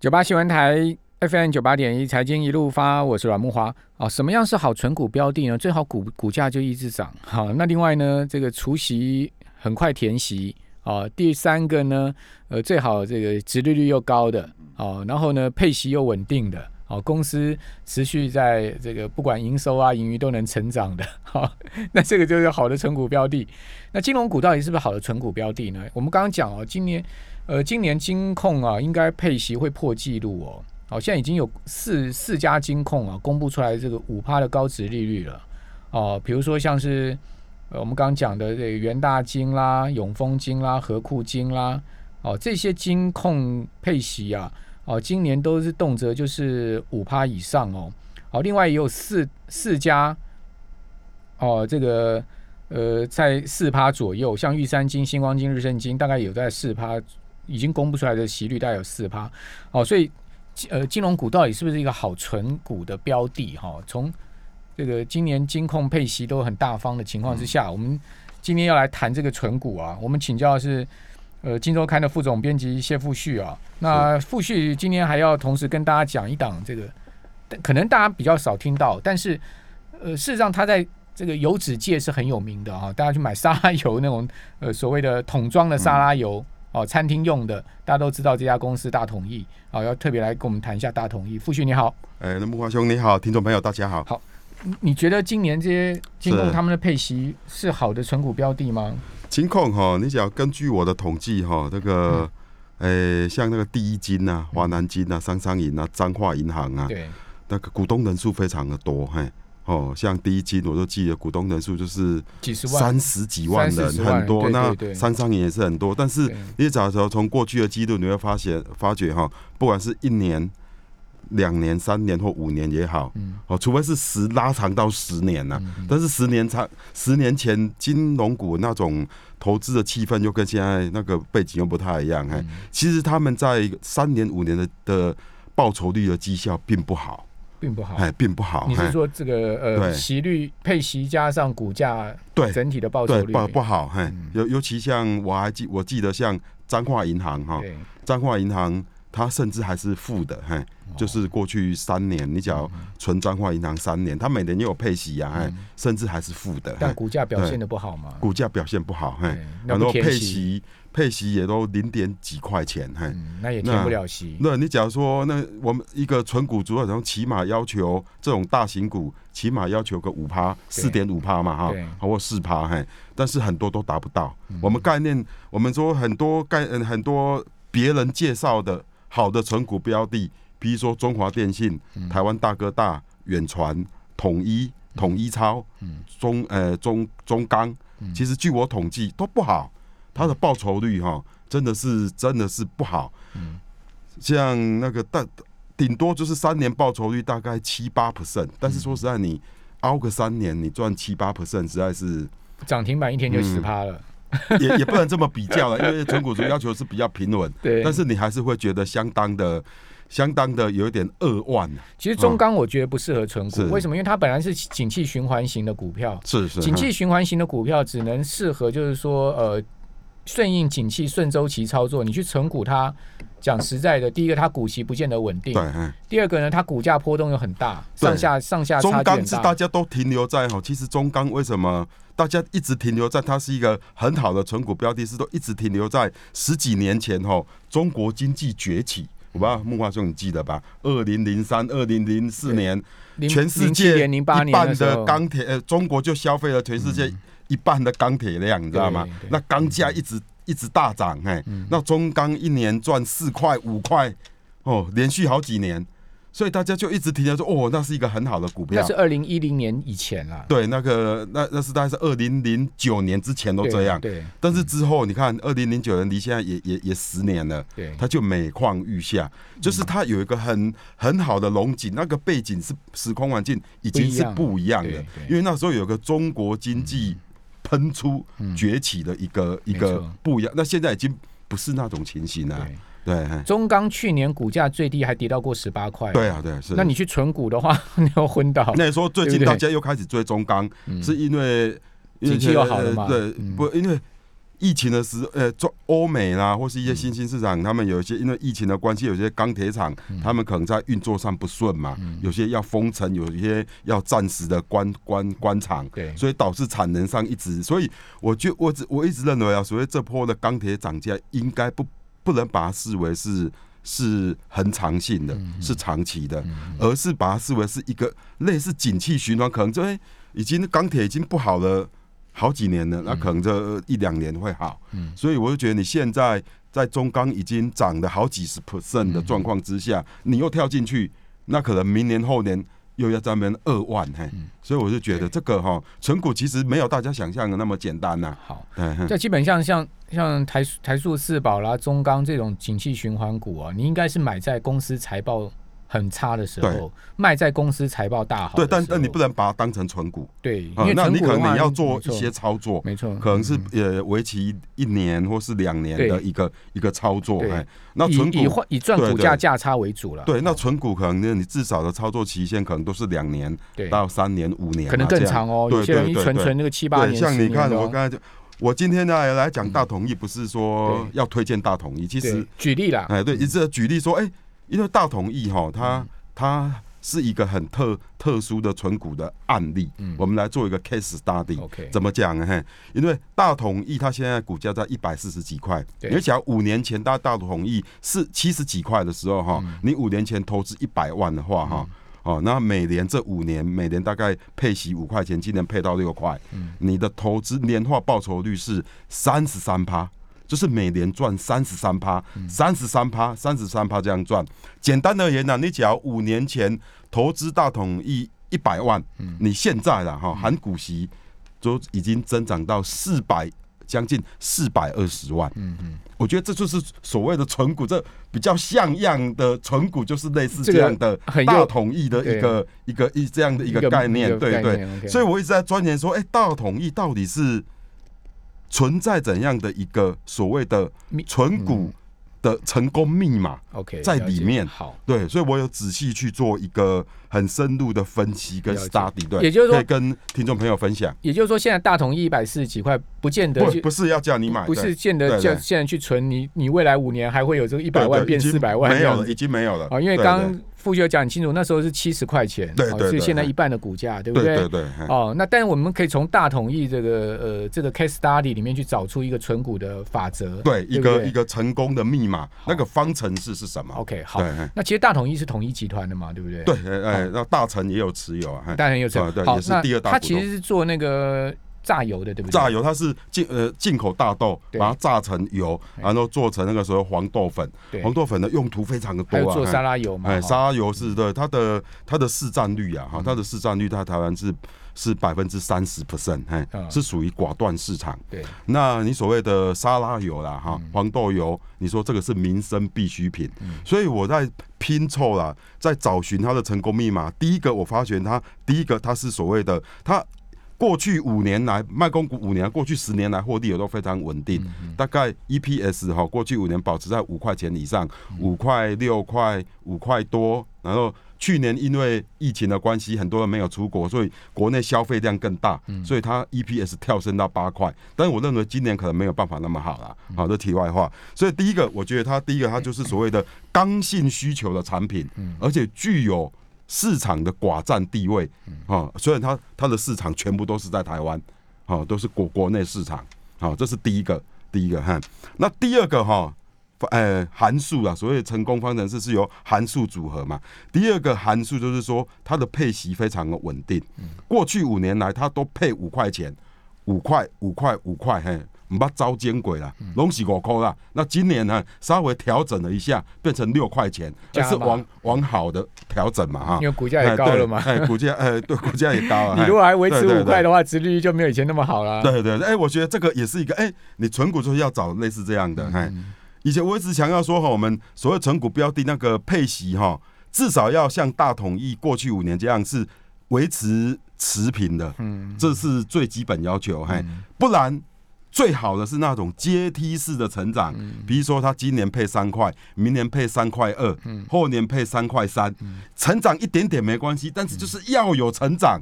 九八新闻台 FM 九八点一财经一路发，我是阮木华。哦，什么样是好存股标的呢？最好股股价就一直涨。好，那另外呢，这个除息很快填息。哦，第三个呢，呃，最好这个殖利率又高的哦，然后呢，配息又稳定的哦，公司持续在这个不管营收啊、盈余都能成长的。 好、那这个就是好的存股标的。那金融股到底是不是好的存股标的呢？我们刚刚讲哦，今年呃，今年金控啊，应该配息会破纪录哦。好、现在已经有四四家金控啊，公布出来这个五趴的高值利率了。哦，比如说像是呃我们刚刚讲的这个元大金啦、永丰金啦、和库金啦，哦，这些金控配息啊，哦，今年都是动辄就是五趴以上哦。好、另外也有四四家哦，这个呃在四趴左右，像玉山金、星光金、日盛金，大概有在四趴，已经公布出来的息率大概有四趴。哦，所以呃，金融股到底是不是一个好存股的标的？哈、从这个今年金控配息都很大方的情况之下，我们今天要来谈这个存股啊。我们请教的是呃《金周刊》的副总编辑谢富旭啊。那富旭今天还要同时跟大家讲一档这个，但可能大家比较少听到，但是呃，事实上他在这个油脂界是很有名的啊。大家去买沙拉油那种呃所谓的桶装的沙拉油。哦，餐厅用的，大家都知道这家公司大统一，哦，要特别来跟我们谈一下大统一。富旭你好，哎，那木华兄你好，听众朋友大家好。你你觉得今年这些金控是他们的配息是好的存股标的吗？情况哈，你只要根据我的统计哈，这个，嗯呃、像那个第一金呐、华南金呐、商商银啊、彰化银行啊，对，那个股东人数非常的多，嘿，哦，像第一金我就记得股东人数就是几十万，三十几万人， 30万很多。对那对对商商银也是很多，但是对你找时候从过去的记录，你会发现发觉哈，不管是一年、两年、三年或五年也好，嗯哦，除非是十拉长到十年呐、嗯但是十年长，十年前金融股那种投资的气氛，又跟现在那个背景又不太一样。嗯嘿，其实他们在三年五年的的报酬率的绩效并不好，并不好。哎，并不好。你是嘿说这个呃对息率配息加上股价对整体的报酬对率嗯不不好？嘿，尤尤其像我还记我记得像彰化银行哈，对彰化银行它甚至还是负的，嘿，哦就是过去三年，你只要存彰化银行三年，它每年也有配息呀、啊，嘿，甚至还是负的，嗯但嘿，股价表现的不好嘛？股价表现不好，嘿对，那然不后填配息息配息也都零点几块钱，嘿，嗯，那也填不了息。那你假如说，那我们一个纯股主好像起码要求这种大型股，起码要求个五趴、四点五趴嘛，哈对，或四趴，嘿，但是很多都达不到。我们概念，我们说很多概，嗯很多别人介绍的好的纯股标的，比如说中华电信、台湾大哥大、远传、统一、统一超、中呃中中钢，其实据我统计都不好，它的报酬率哈，真的是真的是不好。像那个大，顶多就是三年报酬率大概七八 percent，但是说实在，你熬个三年，你赚七八 percent，实在是涨停板一天就嗯十趴了，也也不能这么比 较了，因为存股族要求是比较平稳，对。但是你还是会觉得相当的、相当的有一点扼腕，啊其实中钢我觉得不适合存股嗯是，为什么？因为它本来是景气循环型的股票，是是，景气循环型的股票只能适合就是说呃顺应景气顺周期操作，你去存股它。讲实在的，第一个它股息不见得稳定，对，嗯嘿第二个呢，它股价波动又很大，对上下上下差中距钢很是大大。家都停留在哈，其实中钢为什么大家一直停留在它是一个很好的存股标的，是都一直停留在十几年前哈，中国经济崛起。我不知道木华兄你记得吧？二零零三、二零零四年，零全世界零一八年半时候嗯的钢铁，呃，中国就消费了全世界一半的钢铁量，你知道吗对对？嗯那钢价一直一直大涨，哎，那中钢一年赚四块五块，哦，连续好几年，所以大家就一直提到说，哦，那是一个很好的股那票是。二零一零年以前啦，对，那个那那是大概是二零零九年之前都这样，对但是之后你看，二零零九年离现在也也也十年了，对它就每况愈下，就是它有一个很很好的龙景，那个背景是时空环境已经是不一样不一样对，的对嗯因为那时候有个中国经济喷出崛起的一个一没个错不一样，那现在已经不是那种情形了对，。对嘿中钢去年股价最低还跌到过十八块，对。啊对啊是。那你去存股的话， 你要昏倒。那你说最对不近对大家又开始追中钢，是因为因为景气又好了嘛嗯呃对，不因为疫情的时，呃，中欧美啦，或是一些新兴市场，嗯他们有一些因为疫情的关系，有些钢铁厂，他们可能在运作上不顺嘛，嗯有些要封城，有一些要暂时的关关关厂，对所以导致产能上一直，所以我就我只我一直认为啊，所谓这波的钢铁涨价，应该不不能把它视为是。是恒常性的，是长期的，而是把它视为是一个类似景气循环，可能就哎、已经钢铁已经不好了好几年了，那可能这一两年会好。嗯所以我就觉得你现在在中钢已经涨了好几十 percent 的状况之下，你又跳进去，那可能明年后年。又要在那边二万嘿，嗯所以我就觉得这个哈存股其实没有大家想象的那么简单呐、好，嗯哼这基本上像像台塑台塑、四宝啦、中钢这种景气循环股啊，你应该是买在公司财报很差的时对候，卖在公司财报大好的对，时候。但但你不能把它当成存股，对，因啊为那存你股可的话能要做没一错些操作，没错，嗯可能是呃为期一年或是两年的对一个一个操作，对哎，那存以以股换以赚对股对价价差为主了。对，那存股可能呢，你至少的操作期限可能都是两年对，到三年、五年嘛，可能更啊这样长哦。有对些人对一对存对存，那个七八对，年，像10你年看，的我哦刚才就我今天呢来讲大统一，不是说对要推荐大统一，其对实举例啦，哎，对，一直举例说，哎，因为大统一哈，它它是一个很特特殊的存股的案例，我们来做一个 case study。 OK，怎么讲呢？嘿，因为大统一它现在股价在一百四十几块，对你想五年前大大统一是七十几块的时候哈，你五年前投资一百万的话哈。哦，那每年这五年，每年大概配息五块钱，今年配到六块，你的投资年化报酬率是三十三趴，就是每年赚三十三趴，三十三趴，三十三趴这样赚。简单而言呢、啊你只要五年前投资大统一一百万，嗯你现在啦哈含股息就已经增长到四百将近四百二十万。嗯嗯，我觉得这就是所谓的存股，这比较像样的存股就是类似这这个样的很大有统一的一个一个一这样的一一个个概一念，个对概对念。，OK 所以我一直在钻研说，哎，大统一到底是存在怎样的一个所谓的密嗯存股的成功密码？ OK 在了里解面好。对，所以我有仔细去做一个很深入的分析跟了解 study，对，也就是说可以跟听众朋友分享。也就是说，现在大同一百四十几块，不见得不就不是要叫你买，不啊对是见得对叫对现在去存你，你未来五年还会有这个一百万对对变已经四百万没这有样了，子已经没有了。啊？因为对刚刚傅学讲很清楚，那时候是七十块钱，对哦对是对现在一半的股价，对不对对对对，嘿哦，那但是我们可以从大统一这个呃这个 case study 里面去找出一个存股的法则。对一不个对一个成功的密码，那个方程式是什么？ OK 好，对嘿那其实大统一是统一集团的嘛，对不对？对，哎哎，那大成也有持有啊，嘿大很有成啊对好，也是那第二大它股其东实是做那个榨油的，对不对？榨油，它是进呃进口大豆，对把它榨成油，然后做成那个时候黄豆粉对，黄豆粉的用途非常的多还有啊。做嘿沙拉油嘛？哎，哦沙拉油是的，它的它的市占率啊，哈，它的市占率在台湾是是百分之三十 percent，哎嗯，是属于寡断市场。对那你所谓的沙拉油啦，哈，黄豆油，你说这个是民生必需品，所以我在拼凑啦，在找寻它的成功密码。第一个，我发觉它，第一个它是所谓的它。过去五年来，卖公股五年，过去十年来获利也都非常稳定，大概 EPS 哈，过去五年保持在五块钱以上，五块六块五块多，然后去年因为疫情的关系，很多人没有出国，所以国内消费量更大，所以它 EPS 跳升到八块。但是我认为今年可能没有办法那么好啦。好，这题外话。所以第一个，我觉得它第一个它就是所谓的刚性需求的产品，而且具有市场的寡占地位。嗯啊、虽然它它的市场全部都是在台湾，哦，都是国国内市场。好、这是第一个，第一个哈。那第二个哈、呃函数啊，所谓的成功方程式是由函数组合嘛。第二个函数就是说它的配息非常的稳定，嗯过去五年来它都配五块钱，五块五块五块，嘿，唔捌招奸鬼啦，嗯拢是五块啦。那今年呢，稍微调整了一下，变成六块钱，这加是码往往好的调整嘛哈因。为股价也哎高对了嘛。。哎，股价，哎，对，股价也高啊 你哎如果还维持对对五对块的话，殖利率就没有以前那么好啦。对对对，哎、我觉得这个也是一个，哎、你存股就是要找类似这样的，哎、以前我一直强调说哈，我们所谓存股标的那个配息哈，至少要像大统一过去五年这样是维持持平的，嗯，这是最基本要求，嘿，不然。最好的是那种阶梯式的成长，比如说他今年配三块，明年配三块二，后年嗯配三块三，成长一点点没关系，但是就是要有成长。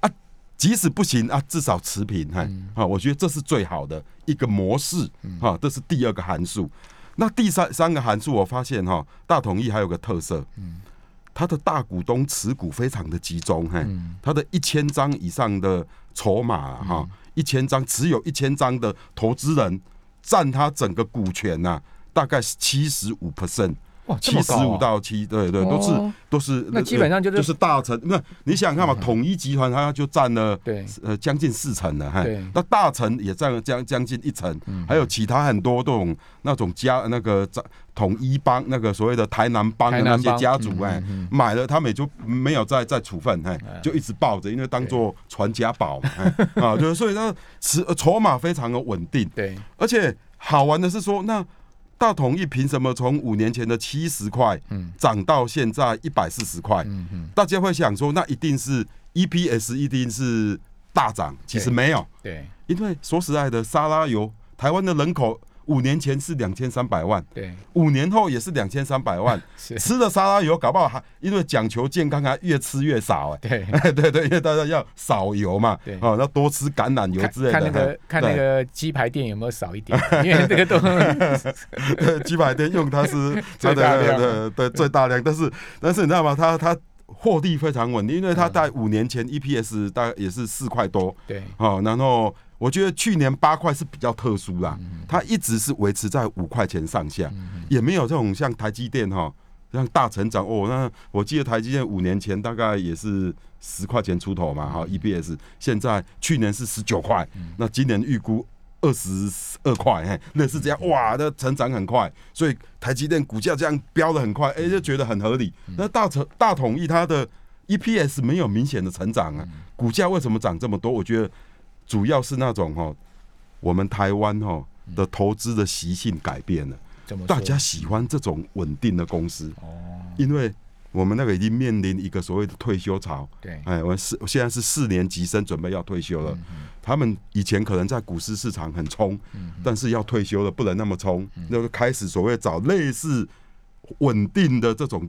啊，即使不行啊，至少持平，哎，嗯啊，我觉得这是最好的一个模式，哈，这是第二个函数。那第三三个函数，我发现哈，大统一还有个特色，嗯它的大股东持股非常的集中，嘿，嗯它的一千张以上的筹码啊哈，一千张只有一千张的投资人占它整个股权呐、大概是七十五 percent，哇，这七么十高啊五到七，对对，都是哦都是呃那基本上就是嗯就是大臣。那你想想看嘛，统一集团它就占了对呃将近四成了，哈对。嗯那大臣也占了将将近一成，还有其他很多这种那种家那个统一帮那个所谓的台南帮的台那南些帮家族嗯，哎，买了他们也就没有再再处分，哎，就一直抱着，因为当做传家宝嘛，哎啊，就是所以它持筹码非常的稳定。对，而且好玩的是说，那大统一凭什么从五年前的七十块，嗯涨到现在一百四十块？大家会想说，那一定是 EPS 一定是大涨，其实没有，对，因为说实在的，沙拉油台湾的人口五年前是两千三百万，对，五年后也是两千三 百万，是，吃了沙拉油，搞不好还因为讲求健康，还越吃越少、哎。对。 对对，因为大家要少油嘛对，哦，要多吃橄榄油看之类的。看那个看那对个鸡排店有没有少一点，因为这个 都几百天用它是它 最大量的呃对最大量，但是但是你知道吗？它它获利非常稳定，因为嗯它在五年前 EPS 大概也是四块多，对好、然后我觉得去年八块是比较特殊啦，它一直是维持在五块钱上下，也没有这种像台积电哈、像大成长哦。那我记得台积电五年前大概也是十块钱出头嘛，哈、e b s 现在去年是十九块，那今年预估。二十二块，嘿，类似这样，哇，那成长很快，所以台积电股价这样飙得很快，哎、就觉得很合理。那大成大统一它的 EPS 没有明显的成长啊，股价为什么涨这么多？我觉得主要是那种哦，我们台湾哦的投资的习性改变了，怎么说大家喜欢这种稳定的公司，因为我们那个已经面临一个所谓的退休潮。对哎，我四我现在是四年级生，准备要退休了。他们以前可能在股市市场很冲，但是要退休了不能那么冲，那就开始所谓找类似稳定的这种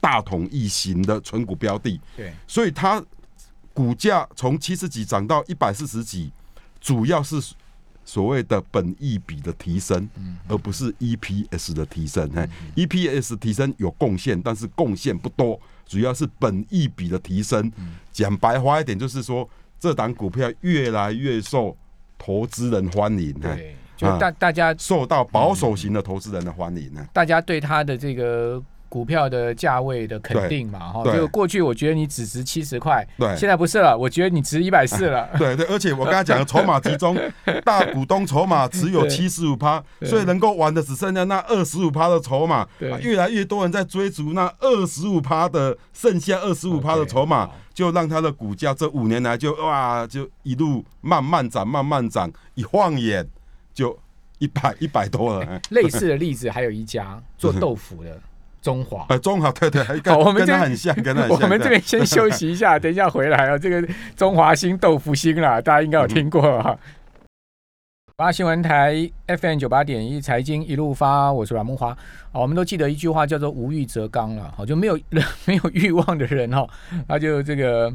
大同一型的存股标的。对所以它股价从七十几涨到一百四十几，主要是所谓的本益比的提升，而不是 EPS 的提升。嘿 e p s 提升有贡献，但是贡献不多，主要是本益比的提升。讲白话一点，就是说这档股票越来越受投资人欢迎，嘿对，啊就大大家受到保守型的投资人的欢迎呢。嘿大家对它的这个股票的价位的肯定嘛，哈，对就过去我觉得你只值七十块，对现在不是了，我觉得你值一百四了， 对对，而且我刚才讲的筹码集中，大股东筹码持有对七十五趴，对所以能够玩的只剩下那二十五趴的筹码对，啊越来越多人在追逐那二十五趴的剩下二十五趴的 OK，筹码啊好，就让它的股价这五年来就哇就一路慢慢涨，慢慢涨，一晃眼就一百一百多 了。哎类似的例子还有一家 做豆腐的中华。呃，中好对对，跟好我们跟这它很像，跟它很我像。们这对边先休息一下，等一下回来啊。这个中华兴豆腐兴啦，大家应该有听过啊。八新闻台 FM 九八点一财经一路发，我是阮木花。好，我们都记得一句话叫做“无欲则刚”了，好，就没有 没有欲望的人哦，他就这个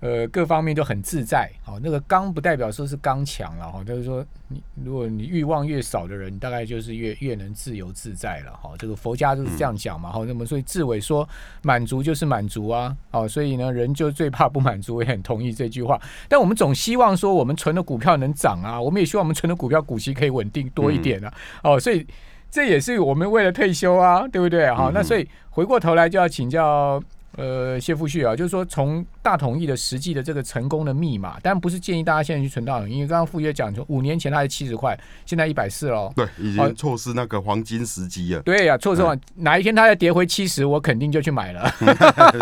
呃各方面都很自在。好，那个刚不代表说是刚强了哈，就是说你如果你欲望越少的人，你大概就是越越能自由自在了哈。这个佛家就是这样讲嘛，好，那么所以志伟说满足就是满足啊，好，所以呢人就最怕不满足，我也很同意这句话。但我们总希望说我们存的股票能涨啊，我们也希望我们存的股票股息可以稳定多一点啊，哦，所以。这也是我们为了退休啊，对不对？好、那所以回过头来就要请教呃谢富旭啊，就是说从大统一的实际的这个成功的密码，当然不是建议大家现在去存大统一，因为刚刚傅约讲说五年前它是七十块，现在一百四喽。对，已哦经错失那个黄金时机了。对呀、错错、哪一天它再跌回七十，我肯定就去买了。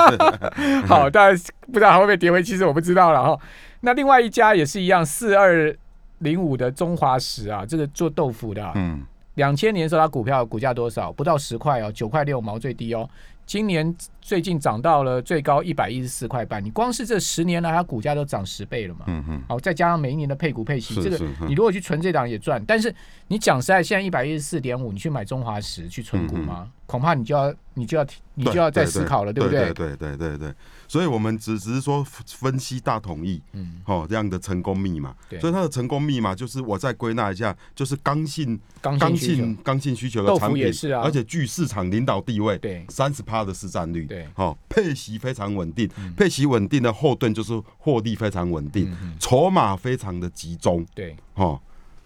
好，但不知道它会不会跌回七十，我不知道了哈。那另外一家也是一样，四二零五的中华石啊，这个做豆腐的、啊，嗯，两千年的时候，它股票股价多少？不到十块哦，九块六毛最低哦。今年最近涨到了最高一百一十四块半，你光是这十年来它股价都涨十倍了嘛。嗯嗯，好，再加上每一年的配股配息，是这个是嗯你如果去存这档也赚，但是你讲实在，现在一百一十四点五，你去买中华石去存股吗？恐怕你就要你就要你对就要再嗯对思考了，对对不对？对对对对对，所以我们只只是说分析大统一，嗯，哦这样的成功密码对，所以它的成功密码就是我再归纳一下，就是刚性刚刚性需求性刚性需求豆的腐产品也是啊而且具市场领导地位，对三十趴的市占率，对嗯好、配息非常稳定，配息稳定的后盾就是获利非常稳定，嗯筹码非常的集中，对哦，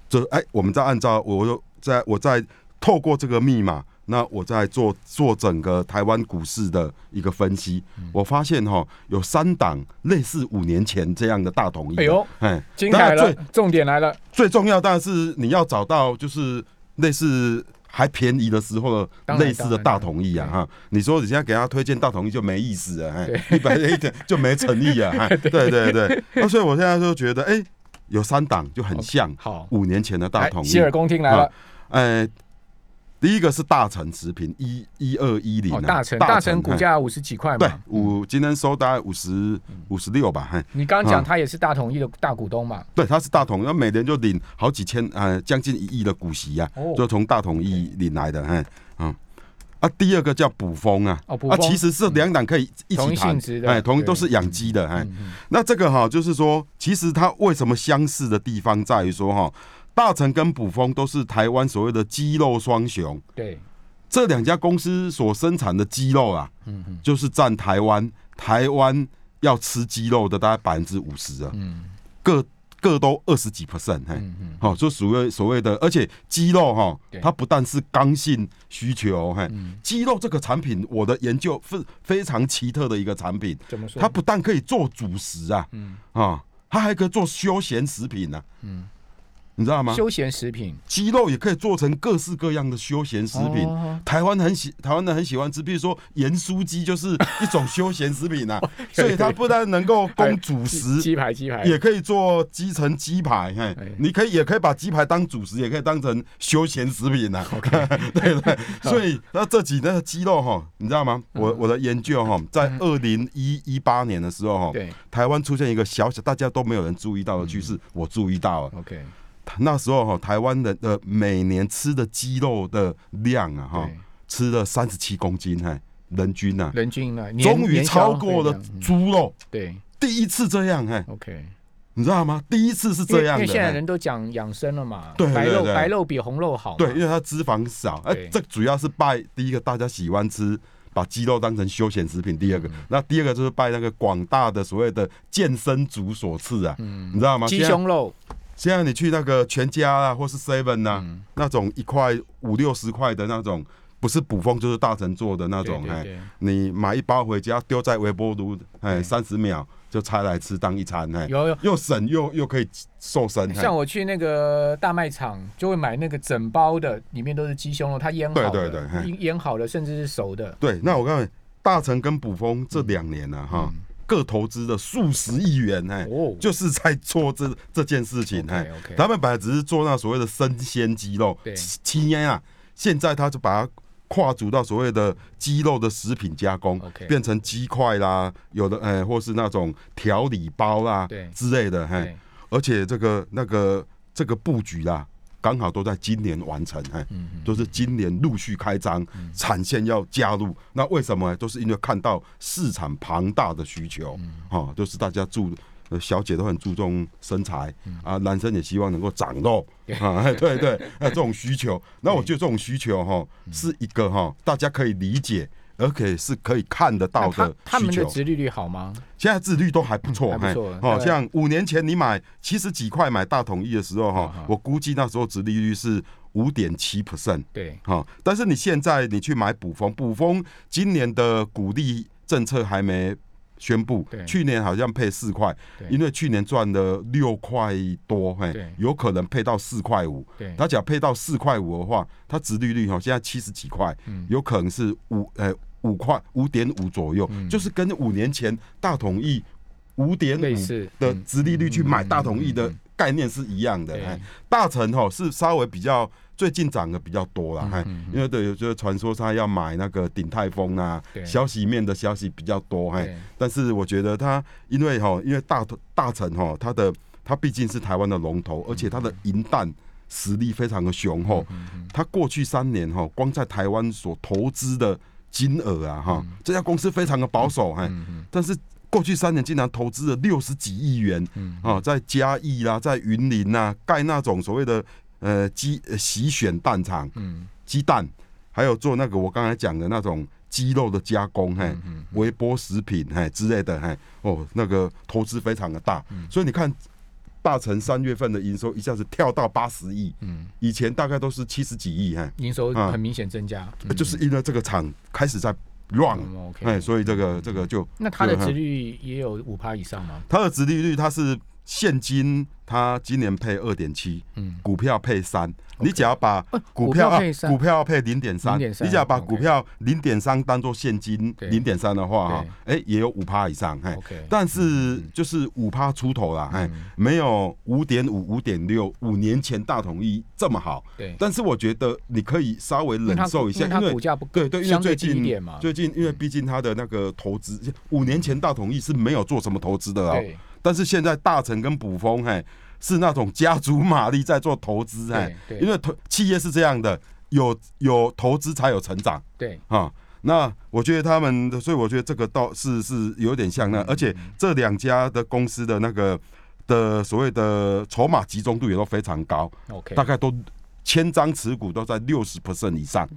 这哎，我们再按照我又在我再透过这个密码，那我再做做整个台湾股市的一个分析，嗯我发现哈、哦、有三档类似五年前这样的大统一，哎呦，哎，精当彩然了最，重点来了，最重要当然是你要找到就是类似还便宜的时候当的然类似的大同意啊当哈，你说你现在给他推荐大同意就没意思了，哎对，一百一 点就没诚意啊，哎对对对，那所以我现在就觉得，哎，有三档就很像好，五年前的大来同意洗，耳恭听来了哦啊，呃，第一个是大成食品一一二一零哦，啊，大成大成股哎价五十几块对嘛，嗯五今天收大概五十五十六吧，嘿，你刚刚讲嗯他也是大统一的大股东嘛，对，他是大同，那每年就领好几千，呃，将近一亿的股息呀、哦就从大同一领来的，嘿，嗯，啊，第二个叫补风啊，哦补啊，风其实是两档可以一同起一谈性质，的哎，同对都是养鸡的，哎，嗯嗯那这个哈、就是说，其实它为什么相似的地方在于说哈、大成跟补风都是台湾所谓的鸡肉双雄，对，这两家公司所生产的鸡肉啊，嗯嗯就是占台湾台湾要吃鸡肉的大概百分之五十啊，嗯各各都二十几 percent，嘿。嗯嗯，好、就所谓所谓的，而且鸡肉哈、对嗯它不但是刚性需求，嘿，鸡肉这个产品，我的研究是非常奇特的一个产品，怎么说？它不但可以做主食啊，嗯啊、它还可以做休闲食品呢、嗯你知道吗？休闲食品，鸡肉也可以做成各式各样的休闲食品。哦台湾很喜，台湾人很喜欢吃，比如说盐酥鸡就是一种休闲食品 哦呐、啊，所以它不但能够供主食，哎鸡排鸡排也可以做鸡成鸡排，哎嘿，你可以也可以把鸡排当主食，也可以当成休闲食 品呐、 对对，所以那这几那个鸡肉哈，你知道吗？我嗯我的研究哈，在二零一一八年的时候哈，对嗯台湾出现一个小小大家都没有人注意到的趋势，我注意到了。 ，OK，那时候哈，台湾人的每年吃的鸡肉的量啊哈对，吃了三十七公斤，嘿，人均啊，人均呢，年终于超过了，年销猪肉，会这样嗯对第一次这样，嘿， ，OK。你知道吗？第一次是因为这样因为的。现在嘿人都讲养生了嘛，对对白肉对白肉比红肉好嘛，对，因为它脂肪少，哎、对这主要是拜第一个大家喜欢吃，把鸡肉当成休闲食品；第二嗯个，那第二个就是拜那个广大的所谓的健身族所赐啊，你知道吗？嗯鸡现在胸肉现在你去那个全家啊，或是 Seven 啊，嗯那种一块五六十块的那种，不是补风就是大成做的那种，对对哎，对你买一包回家丢在微波炉，哎，对三十秒就拆来吃当一餐，哎，有有。又省又又可以瘦身，嘿像我去那个大卖场，就会买那个整包的，里面都是鸡胸肉，它腌好的，对对对嘿腌腌好的，甚至是熟的，对，那我告诉你，大成跟补风这两年呢、哈、嗯各投资了数十亿元，哎、哦就是在做这这件事情，哎 OK，OK 他们本来只是做那所谓的生鲜鸡肉对，七年啊，现在他就把它。跨足到所谓的鸡肉的食品加工 OK 变成鸡块啦，有的哎、或是那种调理包啦对之类的，嘿，对，而且这个那个这个布局啦，刚好都在今年完成，哎，都是今年陆续开张，产线要加入。那为什么呢？都是因为看到市场庞大的需求，哦，就是大家注。呃小姐都很注重身材啊，男生也希望能够长肉啊，哎对对，那这种需求，那我觉得这种需求哈是一个哈大家可以理解，而且是可以看得到那的他他需们的求。殖利率好吗？现在自律都还不错，嗯还不错嘿大哦，概像五年前你买七十几块买大统一的时候，哈、嗯嗯我估计那时候殖利率是五点七 percent，对，哈，但是你现在你去买补风，补风今年的鼓励政策还没宣布对，去年好像配四块对，因为去年赚了六块多，嘿对，有可能配到四块五，对，它只要配到四块五的话，它殖利率哈现在七十几块，嗯有可能是五呃五块五点五左右，嗯就是跟五年前大统一五点类五似嗯嗯的殖利率去买大统一的概念是一样的。对哎，大成哈是稍微比较最近涨的比较多嗯啦，哎，因为对，就是传说他要买那个鼎泰丰啊对，消息面的消息比较多，哎，对但是我觉得它因为哈，因为大大成哈，它的它毕竟是台湾的龙头，而且它的银弹实力非常的雄厚。它过去三年哈，光在台湾所投资的金额啊哈，这家公司非常的保守哎，但是。过去三年竟然投资了六十几亿元，啊、在嘉义啦、在云林啦、盖那种所谓的呃鸡呃洗选蛋厂，嗯鸡蛋，还有做那个我刚才讲的那种鸡肉的加工，嘿，嗯微波食品，嘿之类的，嘿，哦，那个投资非常的大，嗯所以你看。大成三月份的营收一下子跳到八十亿，嗯，以前大概都是七十几亿，嘿，营收啊很明显增加，嗯就是因为这个厂开始在 run，嗯 OK 哎，嗯所以这个这个就那它的就值率也有五趴以上吗？它的殖利率它是现金，它今年配二点七，嗯股票配三，你只要把股哦票票啊配3股票配零点三，你0.3只要把 OK 股票零点三当做现金对零点三的话哈，哎也有五趴以上，哎， ，OK，嗯但是就是五趴出头啦，哎，没有五点五、五点六五年前大统一这么好，对，但是我觉得你可以稍微因为它忍受一因下，为它因为股价不对对，因为相最对低近一点嘛，嗯最近因为毕竟他的那个投资，五年前大统一是没有做什么投资的哦，对但是现在大成跟补风嘿是那种家族马力在做投资嘿对，对因为投企业是这样的，有有投资才有成长对，哈。那我觉得他们的，所以我觉得这个倒是是有点像嗯那，而且这两家的公司的那个的所谓的筹码集中度也都非常高， OK，大概都千张持股都在六十 percent 以上。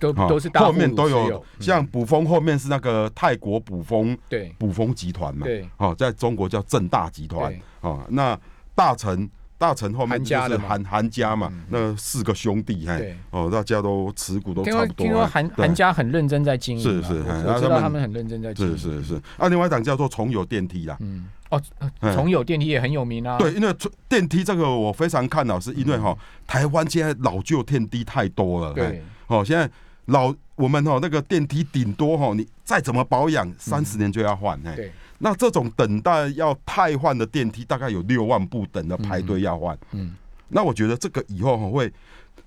都啊都是大后户面都持嗯有，像补风后面是那个泰国补风对补风集团嘛，对哦，在中国叫正大集团对哦，那大成。大成后面韩就家是的嘛嗯韩韩家嘛，那四个兄弟，嘿对，哦，大家都持股都听差说不多。听说嘿韩对韩家很认真在经营嘛，是是我哎我那知道他们他们很认真在经营，是是是，啊，另外一档叫做重友电梯啦，嗯，哦，呃哎重友电梯也很有名啊，对，，因为重电梯这个我非常看好，是因为哈，台湾现在老旧电梯太多了，嘿嗯对，哦，现在老我们哦那个电梯顶多哦，你再怎么保养，三十年就要换，嘿，嗯对，那这种等待要汰换的电梯，大概有六万部等的排队要换。嗯，那我觉得这个以后哦会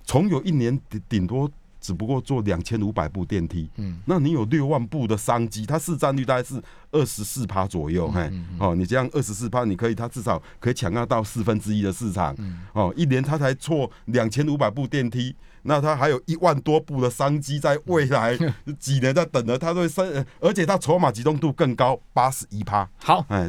从有一年顶顶多只不过做两千五百部电梯，嗯，那你有六万部的商机，它市占率大概是二十四趴左右，嘿，哦，你这样二十四趴，你可以它至少可以抢到到四分之一的市场，哦，一年它才错两千五百部电梯。那它还有一万多部的商机，在未来几年在等着，它会升，而且它筹码集中度更高，八十一趴。好，哎，对，